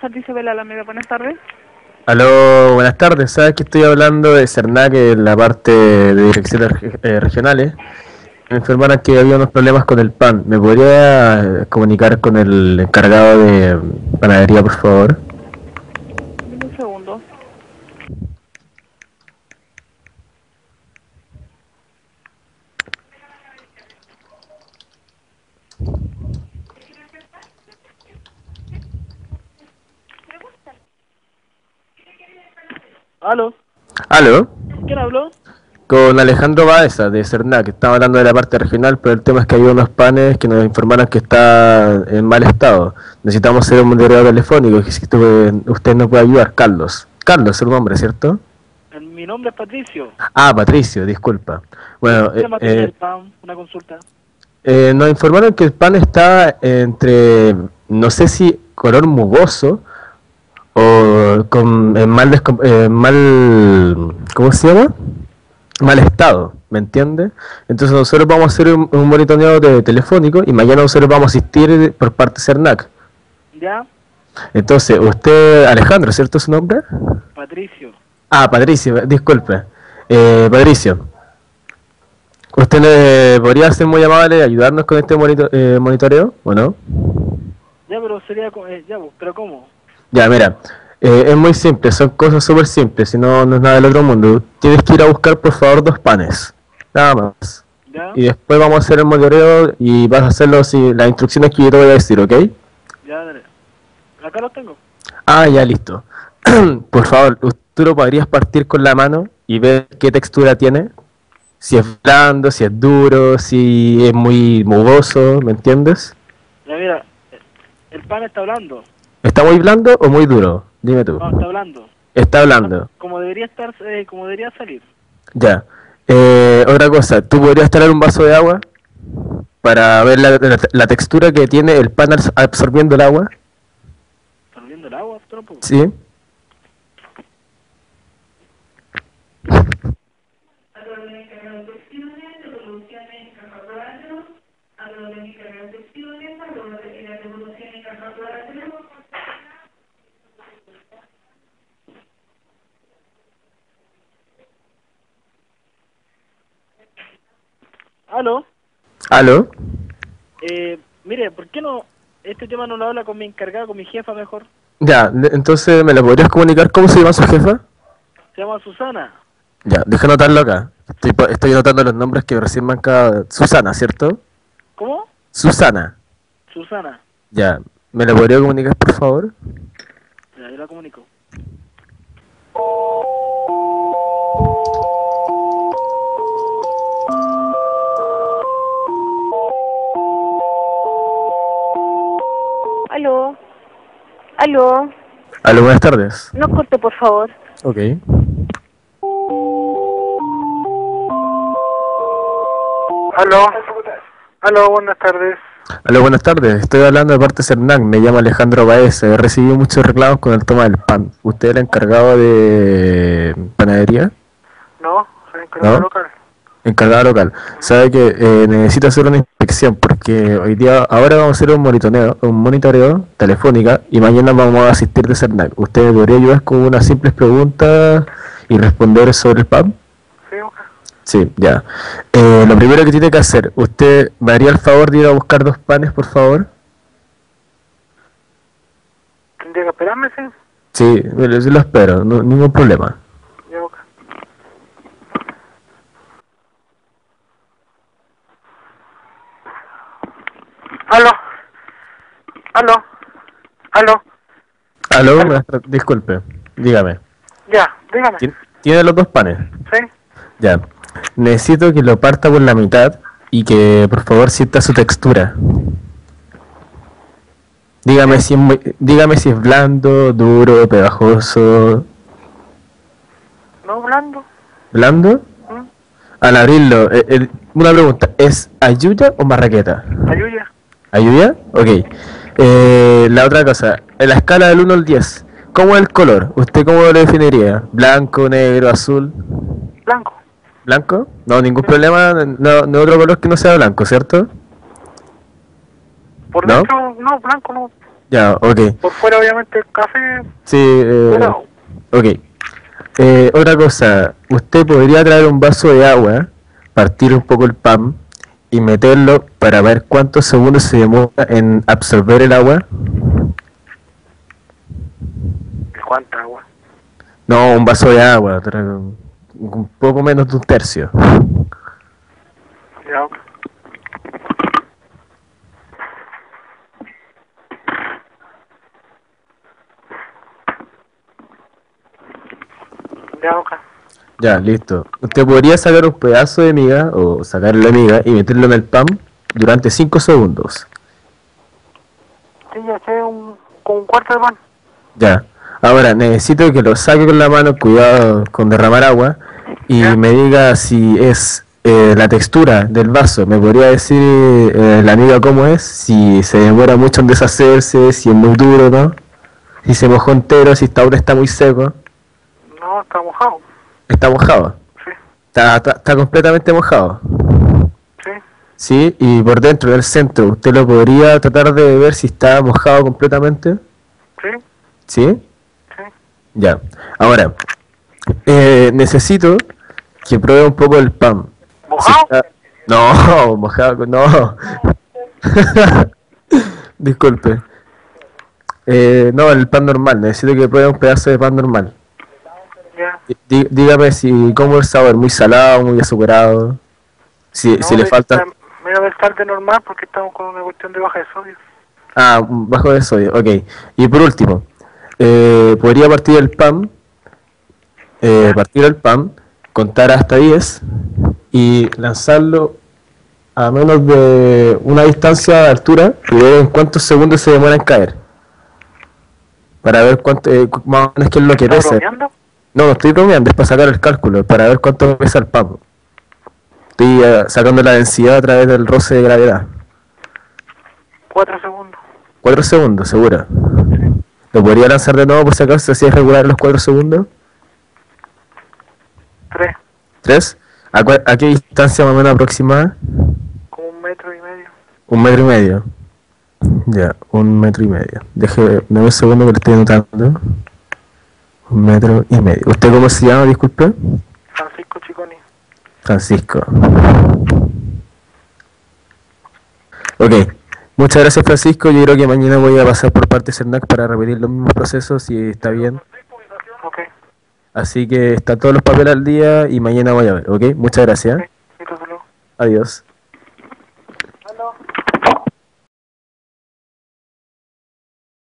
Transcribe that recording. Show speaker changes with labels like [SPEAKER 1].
[SPEAKER 1] Santa Isabel Alameda, buenas tardes.
[SPEAKER 2] Aló, buenas tardes. Sabes que estoy hablando de Cernac, que es la parte de direcciones reg- eh, regionales. Me informaron que había unos problemas con el pan. ¿Me podría eh, comunicar con el encargado de mm, panadería, por favor?
[SPEAKER 1] Deme un segundo.
[SPEAKER 3] ¿Aló?
[SPEAKER 2] Aló,
[SPEAKER 3] ¿Quién habló?
[SPEAKER 2] con Alejandro Baeza de Cernac, que estaba hablando de la parte regional, pero el tema es que había unos panes que nos informaron que está en mal estado. Necesitamos hacer un moderador telefónico, que si tú- usted nos puede ayudar, Carlos. Carlos es el nombre, ¿cierto?
[SPEAKER 3] Eh, Mi nombre es Patricio.
[SPEAKER 2] Ah, Patricio, disculpa. Bueno, eh,
[SPEAKER 3] Llama
[SPEAKER 2] eh,
[SPEAKER 3] el PAM, una consulta.
[SPEAKER 2] Eh, nos informaron que el pan está entre, no sé si color mugoso o con, en mal, descom- eh, mal, ¿cómo se llama? Mal estado, ¿me entiende? Entonces nosotros vamos a hacer un, un monitoreo de- telefónico y mañana nosotros vamos a asistir por parte de CERNAC.
[SPEAKER 3] ¿Ya?
[SPEAKER 2] Entonces, usted, Alejandro, ¿cierto su nombre?
[SPEAKER 3] Patricio.
[SPEAKER 2] Ah, Patricio, disculpe. Eh, Patricio, ¿usted le podría ser muy amable y ayudarnos con este monito- eh, monitoreo o no?
[SPEAKER 3] Ya, pero sería... co- eh, ya, pues, pero ¿cómo?
[SPEAKER 2] Ya, mira, eh, es muy simple, son cosas súper simples, si no, no es nada del otro mundo. Tienes que ir a buscar, por favor, dos panes, nada más.
[SPEAKER 3] ¿Ya?
[SPEAKER 2] Y después vamos a hacer el monitoreo y vas a hacerlo si las instrucciones que yo te voy a decir, ¿ok?
[SPEAKER 3] Ya, dale. Acá los tengo.
[SPEAKER 2] Ah, ya, listo. Por favor, ¿tú lo podrías partir con la mano y ver qué textura tiene? Si es blando, si es duro, si es muy mugoso, ¿me entiendes?
[SPEAKER 3] Ya, mira. eh, El pan está hablando.
[SPEAKER 2] ¿Está muy blando o muy duro? Dime tú.
[SPEAKER 3] No, está hablando.
[SPEAKER 2] Está blando.
[SPEAKER 3] Como debería estar, eh, como debería salir.
[SPEAKER 2] Ya. Eh, otra cosa, ¿tú podrías traer un vaso de agua para ver la, la- la textura que tiene el pan abs- absorbiendo el agua?
[SPEAKER 3] ¿Está viendo el agua, tropo?
[SPEAKER 2] Sí.
[SPEAKER 4] agronómica reducciones, revoluciones en caja cuatro, agronómica reducciones, agronómica revolución en caja cuatro.
[SPEAKER 3] ¿Aló?
[SPEAKER 2] ¿Aló?
[SPEAKER 3] Eh, mire, ¿por qué no... Este tema no lo habla con mi encargada, con mi jefa mejor?
[SPEAKER 2] Ya, le- entonces, ¿me lo podrías comunicar cómo se llama su jefa?
[SPEAKER 3] Se llama Susana.
[SPEAKER 2] Ya, deja anotarlo acá. Estoy, po- estoy anotando los nombres que recién me han acabado- Susana, ¿cierto?
[SPEAKER 3] ¿Cómo?
[SPEAKER 2] Susana.
[SPEAKER 3] Susana.
[SPEAKER 2] Ya, ¿me lo podría comunicar, por favor?
[SPEAKER 3] Ya, yo la comunico.
[SPEAKER 5] Aló, aló,
[SPEAKER 2] Aló, buenas tardes.
[SPEAKER 5] no corte por favor.
[SPEAKER 2] Ok.
[SPEAKER 6] Aló. Aló, buenas tardes.
[SPEAKER 2] Aló, buenas tardes. Estoy hablando de parte de Cernac. Me llamo Alejandro Baez. He recibido muchos reclamos con el toma del pan. ¿Usted era encargado de panadería?
[SPEAKER 6] No, soy encargado
[SPEAKER 2] ¿No?
[SPEAKER 6] local.
[SPEAKER 2] Encargado local. Sabe que eh, necesito hacer una inspección porque hoy día, ahora vamos a hacer un monitoreo, un monitoreo telefónica y mañana vamos a asistir de Cernac. ¿Usted podría ayudar con unas simples preguntas y responder sobre el PAM?
[SPEAKER 6] Sí, busca.
[SPEAKER 2] Sí, ya. Eh, lo primero que tiene que hacer, ¿usted me haría el favor de ir a buscar dos panes, por favor?
[SPEAKER 6] Tendría que esperarme, sí.
[SPEAKER 2] Sí, bueno, yo lo espero, no- ningún problema.
[SPEAKER 6] Ya, busca. Aló. Aló. Aló.
[SPEAKER 2] Aló, buenas tar- disculpe, dígame.
[SPEAKER 6] Ya, dígame.
[SPEAKER 2] ¿tien- ¿Tiene los dos panes?
[SPEAKER 6] Sí.
[SPEAKER 2] Ya. Necesito que lo parta por la mitad y que por favor sienta su textura. Dígame si es, muy- dígame si es blando, duro, pegajoso.
[SPEAKER 6] No, blando.
[SPEAKER 2] ¿Blando?
[SPEAKER 6] ¿Mm?
[SPEAKER 2] Al abrirlo, eh, eh, una pregunta, ¿es ayuya o marraqueta?
[SPEAKER 6] Ayuya.
[SPEAKER 2] ¿Ayuya? Ok. Eh, la otra cosa, en la escala del 1 al 10, ¿Cómo es el color? ¿Usted cómo lo definiría? ¿Blanco, negro, azul?
[SPEAKER 6] Blanco.
[SPEAKER 2] ¿Blanco? No, ningún problema, no, no otro color que no sea blanco, ¿cierto?
[SPEAKER 6] Por
[SPEAKER 2] ¿No?
[SPEAKER 6] dentro, no, blanco no.
[SPEAKER 2] Ya, ok.
[SPEAKER 6] Por fuera, obviamente, café.
[SPEAKER 2] Sí, eh,
[SPEAKER 6] Pero,
[SPEAKER 2] ok. Eh, otra cosa, usted podría traer un vaso de agua, partir un poco el pan y meterlo para ver cuántos segundos se demora en absorber el agua.
[SPEAKER 6] ¿cuánta agua?
[SPEAKER 2] No, un vaso de agua, tra- un poco menos de un tercio.
[SPEAKER 6] Ya, ok. Ya, ok.
[SPEAKER 2] Ya, listo. Usted podría sacar un pedazo de miga o sacar la miga y meterlo en el pan durante 5 segundos.
[SPEAKER 6] Sí, ya sé, un, con un cuarto de pan.
[SPEAKER 2] Ya. Ahora, necesito que lo saque con la mano, cuidado con derramar agua, y me diga si es eh, la textura del vaso. ¿Me podría decir eh, la miga cómo es? Si se demora mucho en deshacerse, si es muy duro, ¿no? Si se mojó entero, si está ahora está muy seco.
[SPEAKER 6] No, está mojado.
[SPEAKER 2] Está mojado.
[SPEAKER 6] Sí,
[SPEAKER 2] Está, está, está completamente mojado.
[SPEAKER 6] sí.
[SPEAKER 2] Sí, y por dentro, del centro, ¿usted lo podría tratar de ver si está mojado completamente?
[SPEAKER 6] Sí,
[SPEAKER 2] ¿Sí?
[SPEAKER 6] sí.
[SPEAKER 2] Ya. Ahora, eh, necesito que pruebe un poco el pan. Si
[SPEAKER 6] ¿Mojado?
[SPEAKER 2] está- No, mojado, con- no. Disculpe. Eh, no, el pan normal. Necesito que pruebe un pedazo de pan normal.
[SPEAKER 6] Ya.
[SPEAKER 2] Dí- dígame si cómo el sabor, muy salado, muy azucarado. Si, si
[SPEAKER 6] No,
[SPEAKER 2] le
[SPEAKER 6] de-
[SPEAKER 2] falta...
[SPEAKER 6] está- Me voy a estar de normal porque estamos con una cuestión de baja de sodio.
[SPEAKER 2] Ah, bajo de sodio, ok. Y por último, eh, podría partir el pan, eh, partir el pan, contar hasta 10 y lanzarlo a menos de una distancia de altura y ver en cuántos segundos se demora en caer. Para ver cuánto, eh, cu- más o menos qué es lo que
[SPEAKER 6] ¿Estás
[SPEAKER 2] pesa.
[SPEAKER 6] bromeando?
[SPEAKER 2] No, no estoy bromeando, es para sacar el cálculo, para ver cuánto pesa el pan. Estoy eh, sacando la densidad a través del roce de gravedad.
[SPEAKER 6] Cuatro segundos.
[SPEAKER 2] Cuatro segundos, segura. ¿Lo podría lanzar de nuevo por si acaso si es regular los cuatro segundos?
[SPEAKER 6] Tres.
[SPEAKER 2] ¿Tres? ¿A, cua- a qué distancia más o menos aproximada?
[SPEAKER 6] Como un metro y medio.
[SPEAKER 2] Un metro y medio. Ya, un metro y medio. Deje, dame un segundo que lo estoy anotando. Un metro y medio. ¿Usted cómo se llama, disculpe?
[SPEAKER 6] Francisco Chiconi.
[SPEAKER 2] Francisco. Ok. Muchas gracias, Francisco. Yo creo que mañana voy a pasar por parte de CERNAC para repetir los mismos procesos, si está bien.
[SPEAKER 6] Ok.
[SPEAKER 2] Así que está todos los papeles al día y mañana voy a ver, ¿ok? Muchas gracias.
[SPEAKER 6] Entonces luego.
[SPEAKER 2] Adiós.